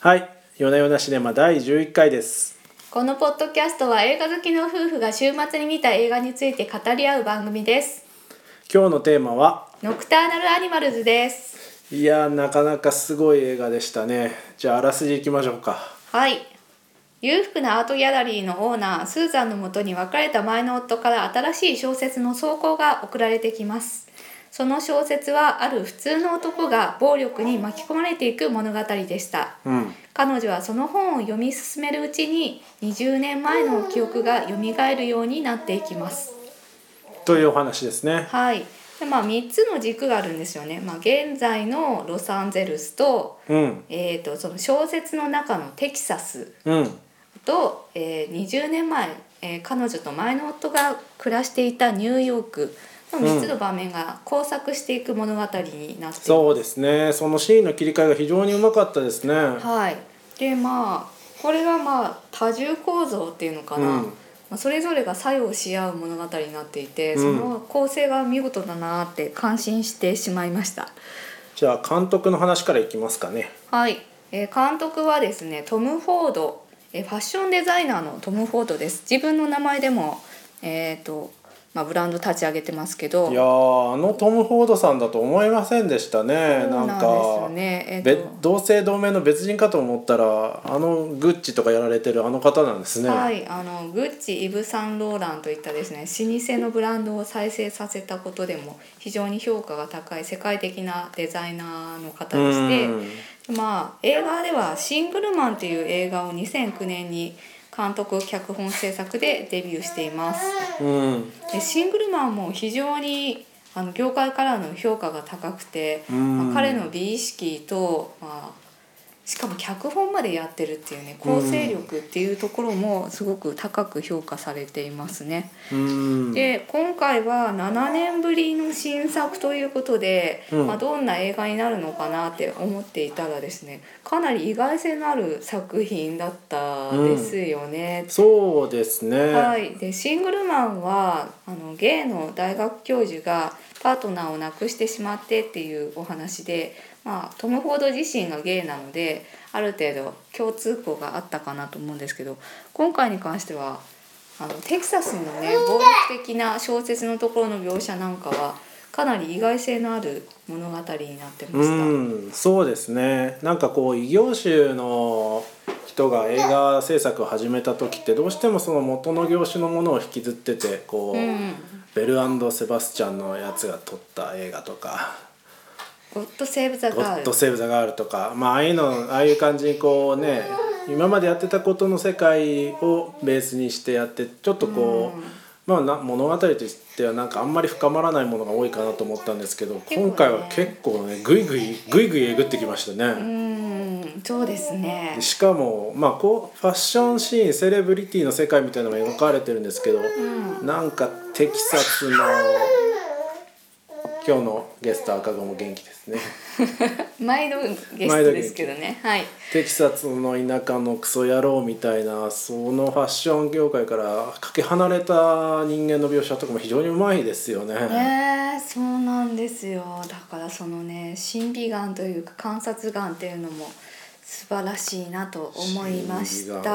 はい夜な夜なシネマ第11回ですこのポッドキャストは映画好きの夫婦が週末に見た映画について語り合う番組です今日のテーマはノクターナルアニマルズですいやーなかなかすごい映画でしたねじゃああらすじいきましょうかはい裕福なアートギャラリーのオーナースーザンのもとに別れた前の夫から新しい小説の草稿が送られてきますその小説はある普通の男が暴力に巻き込まれていく物語でしたうん彼女はその本を読み進めるうちに20年前の記憶が蘇るようになっていきますというお話ですねはい。でまあ三つの軸があるんですよね。まあ現在のロサンゼルスとうんえっ、とその小説の中のテキサスうんと、えー、20年前、えー彼女と前の夫が暮らしていたニューヨークの三つの場面が交錯していく物語になっていそうですねそのシーンの切り替えが非常にうまかったですねはい。でまあこれがまあ多重構造っていうのかな。うんまあそれぞれが作用し合う物語になっていて、うんその構成が見事だなって感心してしまいました。じゃあ監督の話からいきますかねはい、えー監督はですねトム・フォード、えーファッションデザイナーのトム・フォードです自分の名前でも、えーとまあ、ブランド立ち上げてますけどいやーあのトム・フォードさんだと思いませんでしたねそうなんなんですかよねえべーと同姓同名の別人かと思ったらあのグッチとかやられてるあの方なんですね、はい、あのグッチイヴ・サンローランといったですね老舗のブランドを再生させたことでも非常に評価が高い世界的なデザイナーの方でして。うんまあ、映画では「シングルマン」という映画を2009年に監督脚本制作でデビューしています。うんでシングルマンも非常にあの業界からの評価が高くて、うんまあ彼の美意識と、まあ、しかも脚本までやってるっていうね構成力っていうところもすごく高く評価されていますね。うんで今回は7年ぶりの新作ということで、うんまあ、どんな映画になるのかなって思っていたらですねかなり意外性のある作品だったですよね。そうですね、はい、でシングルマンはあのゲイの大学教授がパートナーを亡くしてしまってっていうお話で、まあ、トム・フォード自身がゲイなのである程度共通項があったかなと思うんですけど今回に関してはあのテキサスのね暴力的な小説のところの描写なんかはかなり意外性のある物語になってまうした。んそうですねなんかこう異業種の人が映画制作を始めた時ってどうしてもその元の業種のものを引きずっててこう、うんベルセバスチャンのやつが撮った映画とかゴッド・セーブ・ザ・ 「ゴガーッルド・セーブ・ザ・ガール」とか、まあ、ああいうのああいう感じにこうね今までやってたことの世界をベースにしてやってちょっとこう、まあ、な物語としてはなんかあんまり深まらないものが多いかなと思ったんですけど、構ね今回は結構ねぐいぐいぐいぐいえぐってきましたね。うんそうですねで。しかも、まあ、こうファッションシーンセレブリティの世界みたいなのが描かれてるんですけど、なんかテキサスの今日のゲスト赤子も元気ですね毎度ゲストですけどねはいテキサスの田舎のクソ野郎みたいなそのファッション業界からかけ離れた人間の描写とかも非常にうまいですよね。ねえそうなんですよだからそのね審美眼というか観察眼っていうのも素晴らしいなと思いまし審美た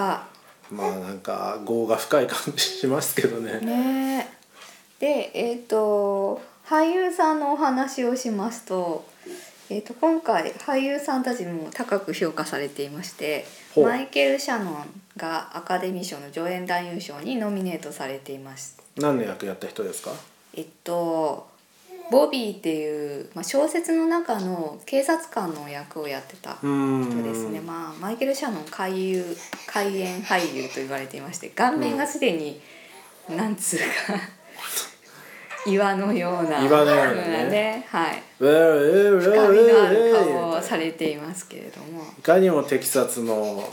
まあなんか業が深い感じしますけどね。ねえでえっ、と俳優さんのお話をしますと,、えー、と今回俳優さんたちも高く評価されていましてほうマイケル・シャノンがアカデミー賞の助演男優賞にノミネートされていました何の役やった人ですか？えっとボビーっていう、まあ、小説の中の警察官の役をやってたうん。人ですね、まあ、マイケル・シャノン開優開演俳優と言われていまして顔面がすでに、なんつうか岩のような岩のようなねはいうえうえうえう深えみのあるうえ顔をされていますけれどもいかにもテキサスの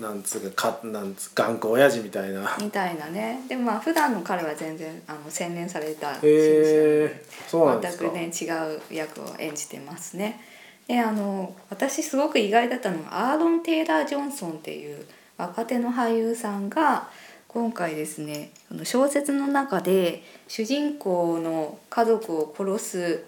なんつうかかなんつう頑固親父みたいな。みたいなねでまあ普段の彼は全然あの洗練されたへえそうなんですか。全くね違う役を演じてますね。であの私すごく意外だったのがアーロン・テイラー・ジョンソンっていう若手の俳優さんが今回ですねその小説の中で主人公の家族を殺す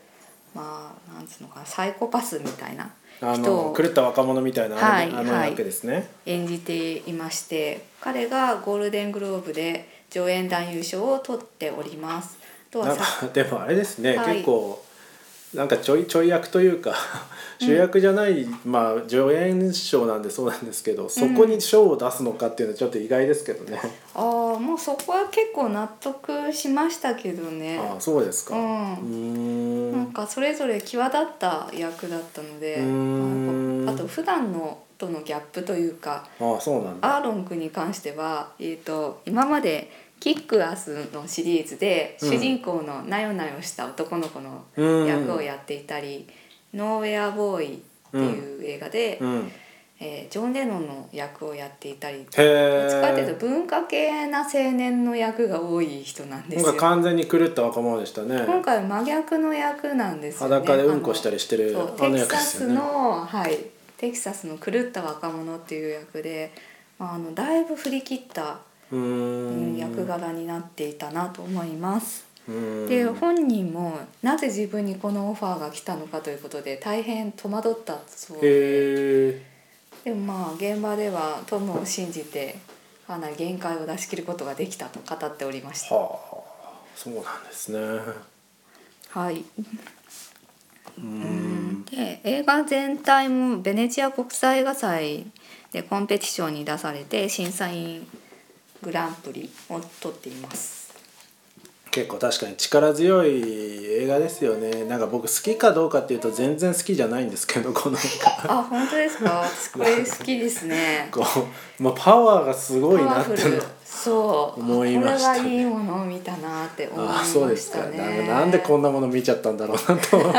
まあなんつうのかなサイコパスみたいなあ人のを狂った若者みたいなあれはあいのはいわけですね。演じていまして彼がゴールデングローブで上演男優賞を取っております。あとはなんさか でもあれですね、はい結構なんかちょいちょい役というか主役じゃない、まあ助演賞なんでそうなんですけどそこに賞を出すのかっていうのはちょっと意外ですけどね、あーもうそこは結構納得しましたけどね。ああそうですか、うんーなんかそれぞれ際立った役だったのでうーんあと普段のとのギャップというかああそうなんだアーロン君に関しては、えー、と今まで「キックアス」のシリーズでうん主人公のなよなよした男の子のうん役をやっていたり「ノーウェア・ボーイ」っていう映画で、うんへえージョン・レノンの役をやっていたりどっちかというえと文化系な青年の役が多い人なんです今よ回。完全に狂った若者でしたね今回は真逆の役なんですよね。裸でうんこしたりりしてるそうあテのキ役でサすスよねの、はい、テキサスの狂った若者っていう役で、まあ、あのだいぶ振り切った、うーうんん、役柄になっていたなと思います。うんで本人もなぜ自分にこのオファーが来たのかということで大変戸惑ったそうでへえでもまあ現場ではトムを信じてかなり限界を出し切ることができたと語っておりました。はあそうなんですねはい、ううんんで映画全体もベネチア国際映画祭でコンペティションに出されて審査員グランプリを取っています。結構確かに力強い映画ですよねなんか僕好きかどうかっていうと全然好きじゃないんですけどこの映画あ本当ですか私これ好きです ね。こう、まあ、パワーがすパごいなワってフのルそう思いましたねこれはいいものを見たなって思いあまあそうでしすかたなんね。かなんでこんなもの見ちゃったんだろうなと 思い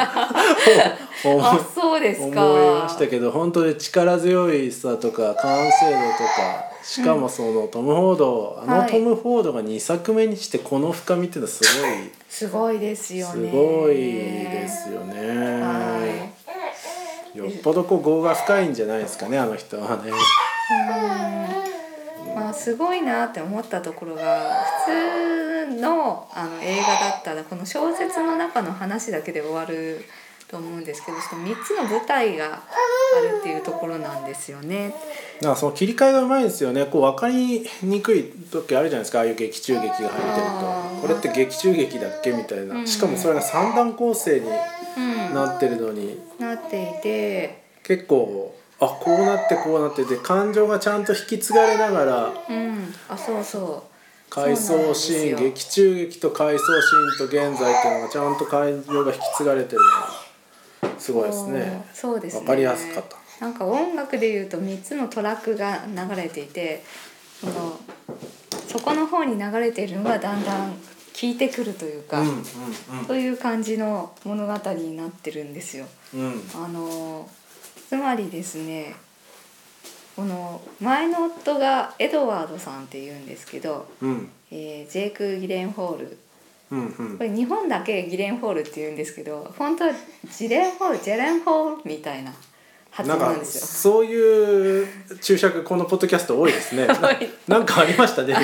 あそうです思いか。ましたけど本当に力強いさとか完成度とかしかもそのトム・フォード、あはのいトム・フォードが2作目にしてこの深みっていうのはすごいすごいですよすね。ごいですよねは。よっぽどこう業が深いんじゃないですかねあの人はね。うんまあすごいなって思ったところが普通のあの映画だったらこの小説の中の話だけで終わると思うんですけどその3つの舞台があるっていうところなんですよね。なんかその切り替えがうまいですよねこう分かりにくい時あるじゃないですかああいう劇中劇が入ってるあーとこれって劇中劇だっけみたいな、うんしかもそれが三段構成にうん、ななってるのにっていて、結構あこうなってこうなってて感情がちゃんと引き継がれながらうん、あそうそう。回想シそうーンなんです劇中劇と回想シーンと現在っていうのがちゃんと感情が引き継がれてるのがすごいですね。そうですね。わかりやすかった。なんか音楽でいうと3つのトラックが流れていて、そのそこの方に流れているのがだんだん効いてくるというか、うんうんという感じの物語になってるんですよ。うんうんあのつまりですね。この前の夫がエドワードさんって言うんですけど、うんえージェイク・ギレンホールうんうんこれ日本だけギレンホールって言うんですけど本当はジレンホールジェレンホールみたいな発なん音なんかですよ。そういう注釈このポッドキャスト多い ですね。ななんかありましたね。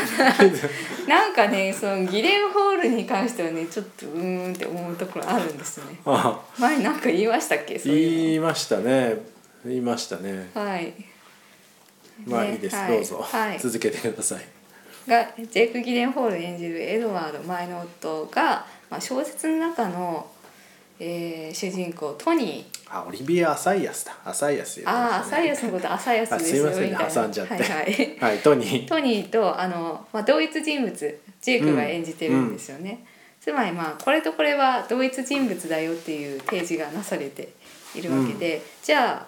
なんかねそのギレンホールに関してはねちょっとうーんって思うところあるんですね。あ前なんか言いましたっけそういう言いましたね。言いましたね。の。はい。まあいいです。はいどうぞ、はい続けてください。がジェイク・ギレンホール演じるエドワード前の夫が、まあ、小説の中の、えー主人公トニー。あオリビアアサイアスだ。アサイアス言ってまああしたーサイねアスのことアサイアスですよあみすいませんねたいな。挟んじゃってはいはい。 はいトニー。トニーとあの、まあ、同一人物ジェイクが演じてるんですよね、つまりまあこれとこれは同一人物だよっていう提示がなされているわけで、じゃあ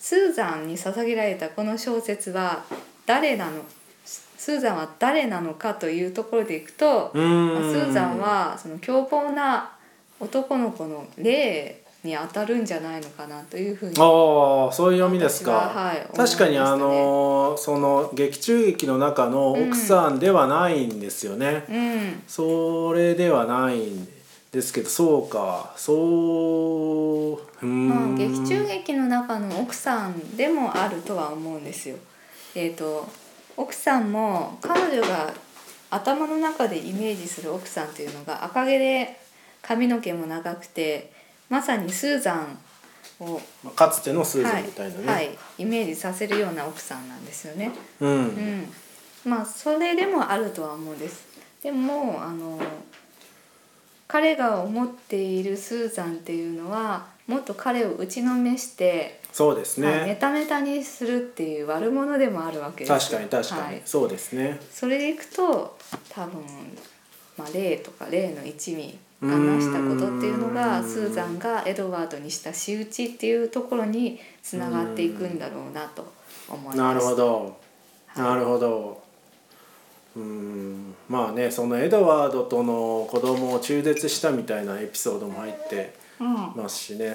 スーザンに捧げられたこの小説は誰なのススーザンは誰なのかというところでいくと、うまあーん。スーザンはその凶暴な男の子の霊に当たるんじゃないのかなというふうにああそういう読みです私か。は、はい、思いま確したかねにあのーその劇中劇の中の奥さんではないんですよね。うんそれではないんですけどそうかそううーんまあ、劇中劇の中の奥さんでもあるとは思うんですよ。えー、と奥さんも彼女が頭の中でイメージする奥さんというのが赤毛で髪の毛も長くてまさにスーザンを、まあかつてのスーはザンいみたいなね、はい、イメージさせるような奥さんなんですよね。う、うんん、まあそれでもあるとは思うんです。でもあの彼が思っているスーザンっていうのはもっと彼を打ちのめして、そうですまあネね、タメタにするっていう悪者でもあるわけですよ確かに確かに、はいそうですねそれでいくと多分、まあ、0とか0の一味がなしたことっていうのがうーんスーザンがエドワードにした仕打ちっていうところにつながっていくんだろうなと思います。なるほど、はいなるほどうーんまあねそのエドワードとの子供を中絶したみたいなエピソードも入ってうんますしね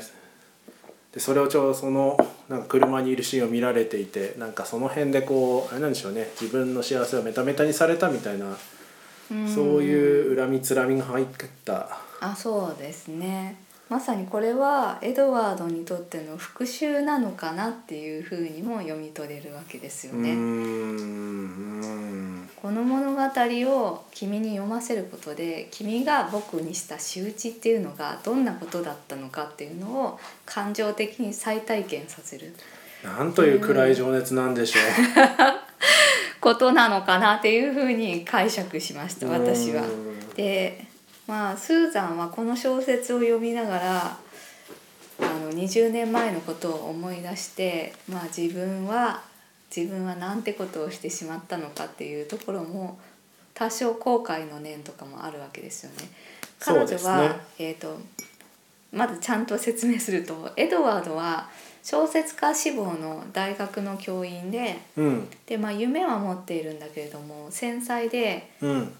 でそれをちょうどそのなんか車にいるシーンを見られていてなんかその辺でこうあれなんでしょうね自分の幸せをメタメタにされたみたいなそういう恨みつらみが入ったあそうですねまさにこれはエドワードにとっての復讐なのかなっていうふうにも読み取れるわけですようーんね。うーんこの物語を君に読ませることで君が僕にした仕打ちっていうのがどんなことだったのかっていうのを感情的に再体験させるなんという暗い情熱なんでしょことなのかなっていうふうに解釈しましうた 私はう。ーんでまあスーザンはこの小説を読みながらあの20年前のことを思い出して、まあ、自分は自分はなんてことをしてしまったのかっていうところも多少後悔の念とかもあるわけですよね。彼そう女ですは、ねえー、とまずちゃんと説明するとエドワードは小説家志望の大学の教員でうんで、まあ、夢は持っているんだけれども繊細でうん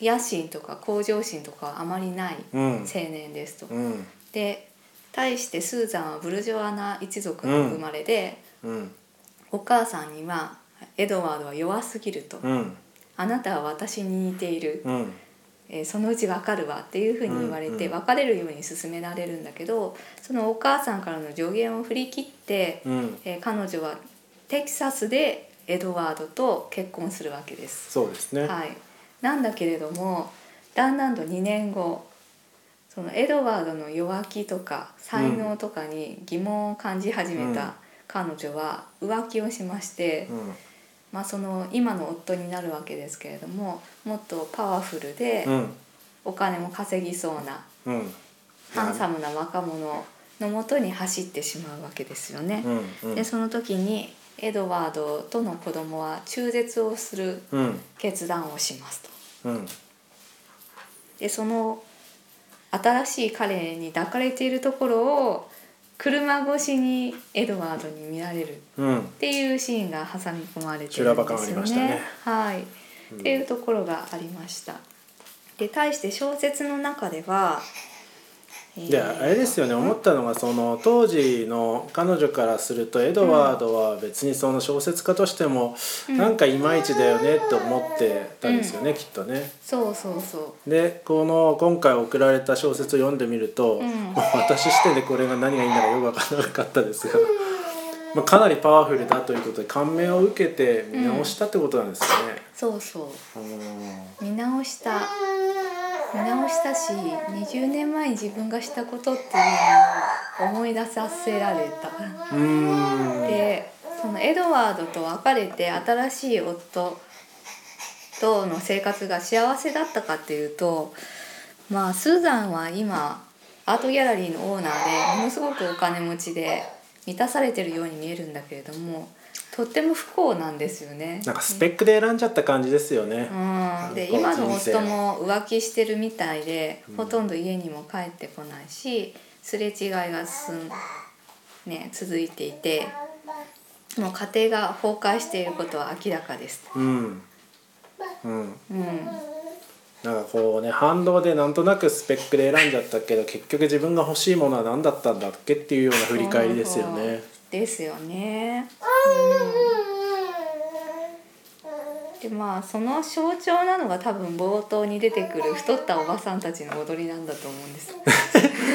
野心とか向上心とかはあまりないうん青年ですと。うんで対してスーザンはブルジョワな一族の生まれで、うんお母さんには「エドワードは弱すぎる」とうん「あなたは私に似ている」うんえーそのうち分かるわ」っていうふうに言われてうんう別れるように勧められるんだけどそのお母さんからの助言を振り切って、うんえー彼女はテキサスでエドワードと結婚するわけです。そうですね、はい、なんだけれどもだんだんと2年後そのエドワードの弱気とか才能とかに疑問を感じ始めうんた彼女は浮気をしまして、うんまあ、その今の夫になるわけですけれどももっとパワフルでうんお金も稼ぎそうなうんハンサムな若者のもとに走ってしまうわけですよね。うんうんでその時にエドワードとの子供は中絶をするうん決断をしますと。うんでその新しい彼に抱かれているところを車越しにエドワードに見られるっうんていうシーンが挟み込まれて修羅るん場で感あすりよまね。したねはい、うんっていうところがありました。で対して小説の中では、えーであれですよね思ったのがその当時の彼女からするとエドワードは別にその小説家としてもうんなんかいまいちだよねって思ってたんですよね、きっとね。そうそうそでこの今回送られた小説を読んでみると、うんもう私視点でこれが何がいいんだかよく分からなかったですが、まあ、かなりパワフルだということで感銘を受けて見直したってことなんですよねう。そうそううん見直した見直したし20年前に自分がしたことっていうのを思い出させられた。うーんでそのエドワードと別れて新しい夫との生活が幸せだったかっていうとまあスーザンは今アートギャラリーのオーナーでものすごくお金持ちで満たされてるように見えるんだけれどもとっても不幸なんですよね。なんかスペックで選んじゃった感じですよね。うん、でこう今の人生夫も浮気してるみたいで、ほとんど家にも帰ってこないしすれ違いがすん、ね、続いていてもう家庭が崩壊していることは明らかです。うん、うんうん、なんかこうね反動でなんとなくスペックで選んじゃったけど結局自分が欲しいものは何だったんだっけっていうような振り返りですよね。ですよね。でまあその象徴なのが多分冒頭に出てくる太ったおばさんたちの踊りなんだと思うんです。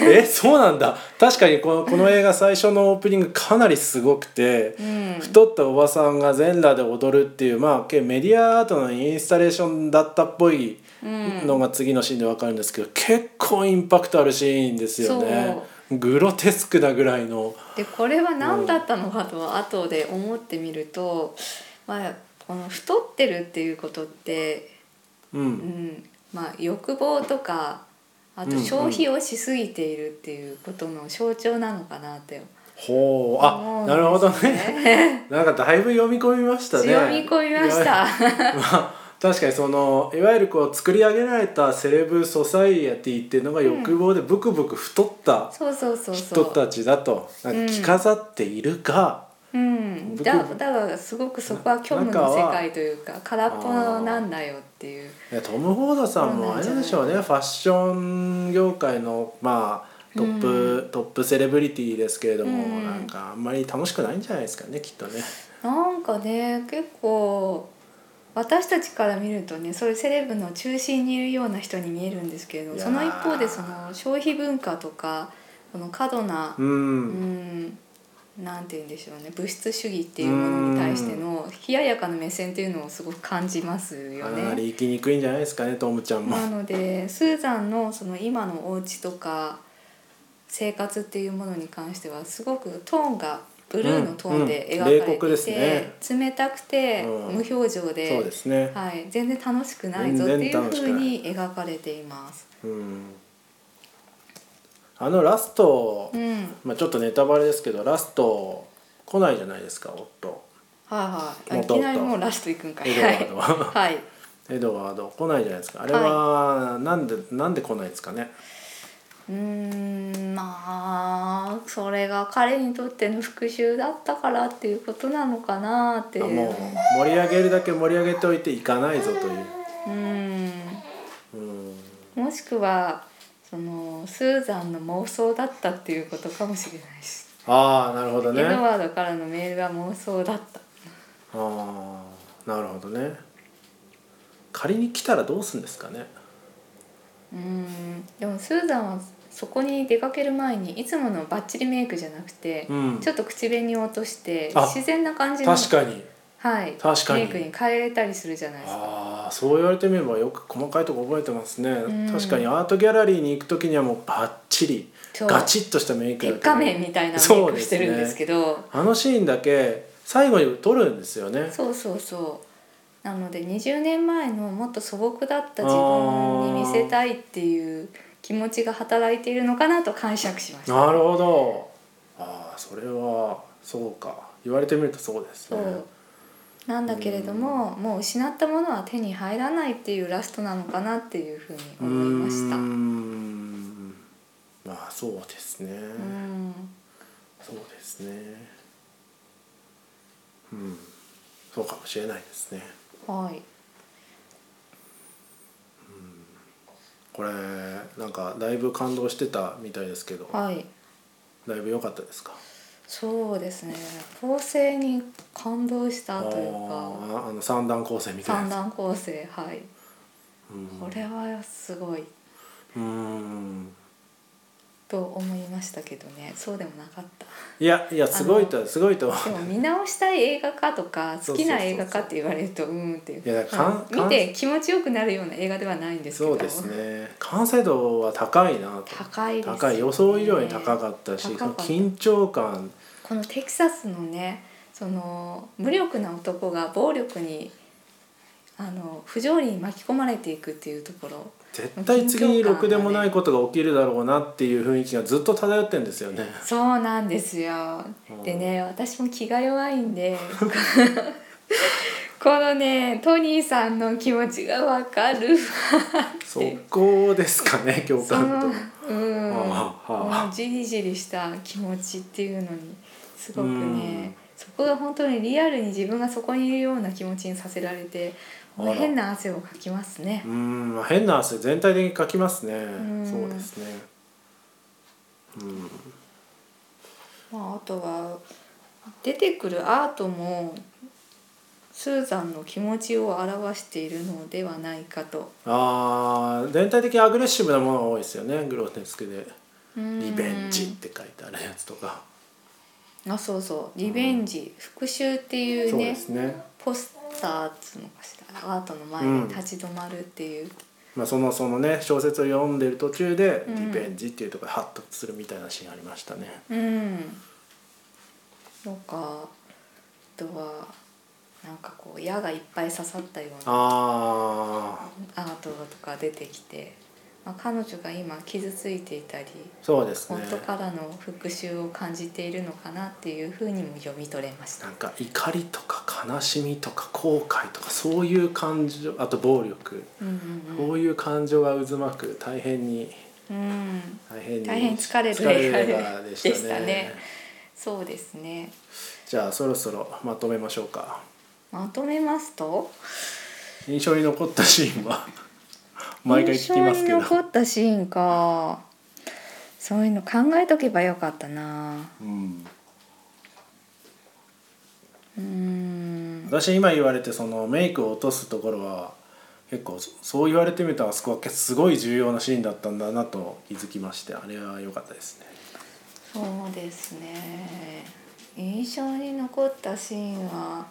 えそうなんだ確かにこのこの映画最初のオープニングかなりすごくて、うん、太ったおばさんが全裸で踊るっていうまあけメディアアートのインスタレーションだったっぽいうんのが次のシーンでわかるんですけど結構インパクトあるシーンですよね。そうグロテスクなぐらいのでこれは何だったのかと後で思ってみると、まあ、この太ってるっていうことって、ううんんまあ、欲望とかあうんとうん消費をしすぎているっていうことの象徴なのかなってほう思あうんですなるほどね なんかだいぶ読み込みましたね強み込みましいわた。ゆるまあ確かにそのいわゆるこう作り上げられたセレブソサイエティっていうのが欲望でブクブク太ったそうそうそうそ人う。たちだとなんか着飾っているが、うん、僕だだからすごくそこは虚無の世界というか空っぽなんだよっていうねトム・フォードさんもあれでしょうねファッション業界のまあトップ、トップセレブリティですけれども、うんなんかあんまり楽しくないんじゃないですかねきっとね。なんかね結構私たちから見るとねそういうセレブの中心にいるような人に見えるんですけれいどやーその一方でその消費文化とかこの過度なう、、うんん、なんて言うんでしょうね物質主義っていうものに対しての冷ややかな目線っていうのをすごく感じますよかね。なり生きにくいんじゃないですかねトムちゃんも。なのでスーザンのその今のお家とか生活っていうものに関してはすごくトーンがブルーのトーンでうん描うん冷酷かれてですいねて、冷たくてうん無表情で,、そうですね、はい、全然楽しくないぞって全い然う楽しくふないうに描かれています。うん、あのラスト、うん、はいまあ、ちょっとネタバレですけどラスト来ないじゃないですか夫はいあ、もいっときなりもうラストいくんかエい。ドワはいードは。 はいエドワード来ないじゃないですかあれはなんで、なんで来ないですかねうーんまあそれが彼にとっての復讐だったからっていうことなのかなってあもう盛り上げるだけ盛り上げておいて行かないぞといううんうんもしくはそのスーザンの妄想だったっていうことかもしれないし、ああなるほどねエドあワードからのメールが妄想だったあなるほどね仮に来たらどうするんですかねうーんでもスーザンはそこに出かける前にいつものバッチリメイクじゃなくて、うんちょっと口紅を落としてあ自然な感じの確かにはい、確かにメイクに変えたりするじゃないですか。ああそう言われてみればよく細かいとこ覚えてますね、うん確かにアートギャラリーに行く時にはもうバッチリそうガチッとしたメイクでだっけどかめみたいなメイそうクでしすねてるんですけどあのシーンだけ最後に撮るんですよねそうそうそうなので20年前のもっと素朴だった自分に見せたいっていう気持ちが働いているのかなと解釈しましたなるほどああそれはそうか言われてみるとそうですそねうなんだけれども、もう失ったものは手に入らないっていうラストなのかなっていうふうに思いましうーたうんんまあそうですね、そうですねうんそうかもしれないですねはいこれなんかだいぶ感動してたみたいですけどはいだいぶ良かったですかそうですね構成に感動したというかあーあの三段構成みたいなや三つ段構成はいこれはすごいうんうんと思いましたけどねそうでもなかったいやいやすごいとすごいとでも見直したい映画化とかそ好うそうそうそうきな映画化って言われるとうーんっていういやだからかんうん見て気持ちよくなるような映画ではないんですけどそうですね完成度は高いなと高いですよね高い予想以上に高かったし、高かった緊張感このテキサスのねその無力な男が暴力にあの不条理に巻き込まれていくっていうところ絶対次に緊ろ張感がねくでもないことが起きるだろうなっていう雰囲気がずっと漂ってんですよね。そうなんですようんでね私も気が弱いんで このねトニーさんの気持ちがわかるそこですかね共そ感のと。うんはあはあもうじりじりした気持ちっていうのにすごくうんねそこが本当にリアルに自分がそこにいるような気持ちにさせられてあら変な汗をかきますねう。んまあ変な汗全体的にかきますね。んそうですね。まあ、あとは出てくるアートもスーザンの気持ちを表しているのではないかと。ああ全体的にアグレッシブなものが多いですよねグロテスクで。うんリベンジって書いてあるやつとか。あそうそうリベンジ、復讐っていうそうでねすね。ポスターっつうのかしらアートの前で立ち止まるっていううまあ、そのそのね小説を読んでる途中で「うリんベンジ」っていうところでハッとするみたいなシーンありましたね。うんそうかあとはなんかこう矢がいっぱい刺さったようなああアートとか出てきて、まあ、彼女が今傷ついていたりそうですね。夫からの復讐を感じているのかなっていうふうにも読み取れましたなんか怒りとか悲しみとか後悔とかそういう感情あと暴力、うんうんこういう感情が渦巻く大変にうん、うん、大変に大変疲れて疲れる映画でしたねでしたねそうですねじゃあそろそろまとめましょうかまとめますと印象に残ったシーン は毎回聞きますけ印象に残ど、ったシーンかそういうの考えとけばよかったなうん、うーん私今言われてそのメイクを落とすところは結構そそう言われてみたらあそこはすごい重要なシーンだったんだなと気づきましてあれは良かったですねそうですね印象に残ったシーンは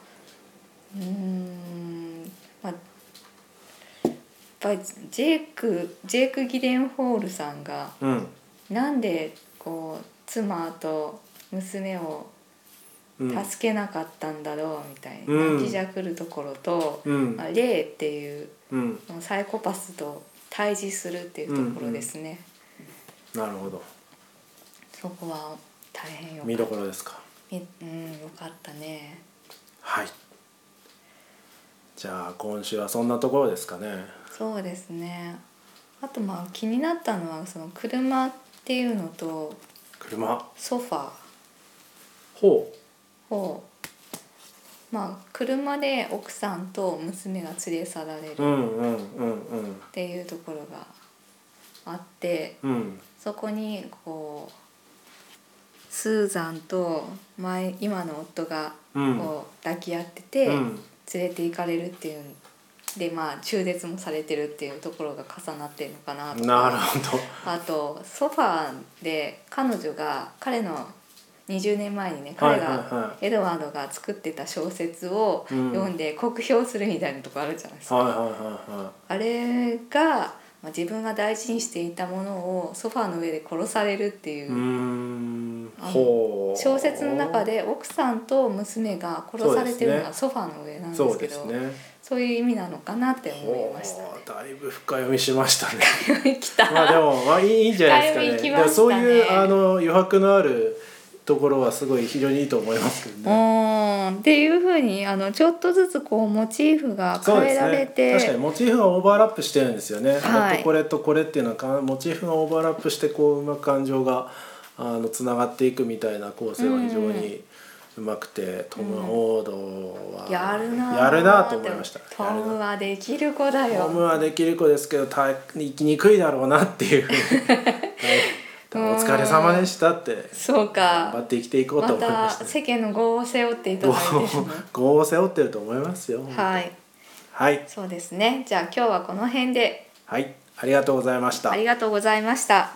うーんまあやっぱりジェイクジェイク・ギレンホールさんがうん、なんでこう妻と娘をうん助けなかったんだろうみたいな、うん泣きじゃくるところと、うんまあレイっていううん、もうサイコパスと対峙するっていうところですね、なるほどそこは大変よ見かどっころですかたうんよかったねはいじゃあ今週はそんなところですかねそうですねあとまあ気になったのはその車っていうのと車ソファほーをまあ車で奥さんと娘が連れ去られるううっんうんうんうんていうところがあってうんそこにこうスーザンと前今の夫がうんこう抱き合ってて、うん連れて行かれるっていうでまあ中絶もされてるっていうところが重なってるのかなとかなるほどあとソファーで彼女が彼の20年前にねはいは彼いはいがエドワードが作ってた小説をうん読んで酷評するみたいなとこあるじゃないですか。はいはいはいはあれがまあ自分が大事にしていたものをソファーの上で殺されるっていいうーうんあのほう小説の中で奥さんと娘が殺されてるのがソファーの上なんでそうすけでどすそう,、ねいう意味なのかなって思いほました。うだいぶ深読みしましたね 来た、まあでもまあいいいいんじゃないですかねだいぶ行きまでしたねもそういうあの余白のあるところはすごい非常にいいと思いますけどねうーんっていうふうにあのちょっとずつこうモチーフがそう変でえすられねて、確かにモチーフがオーバーラップしてるんですよね、はいあとこれとこれっていうのはかモチーフがオーバーラップしてこううまく感情があのつながっていくみたいな構成は非常にうまくて、トム・ホードはやるなーやるなーと思いましたトムやはできる子だるなトムよはできる子ですけどた生きにくいだろうなって いうはいお疲れ様でしたってそう頑張かって生きていこうとま思いまたした、世間の業を背負っていただ いてですね業を背負ってると思いますよ、はいはい、そうですねじゃあ今日はこの辺ではい、ありがとうございましたありがとうございました。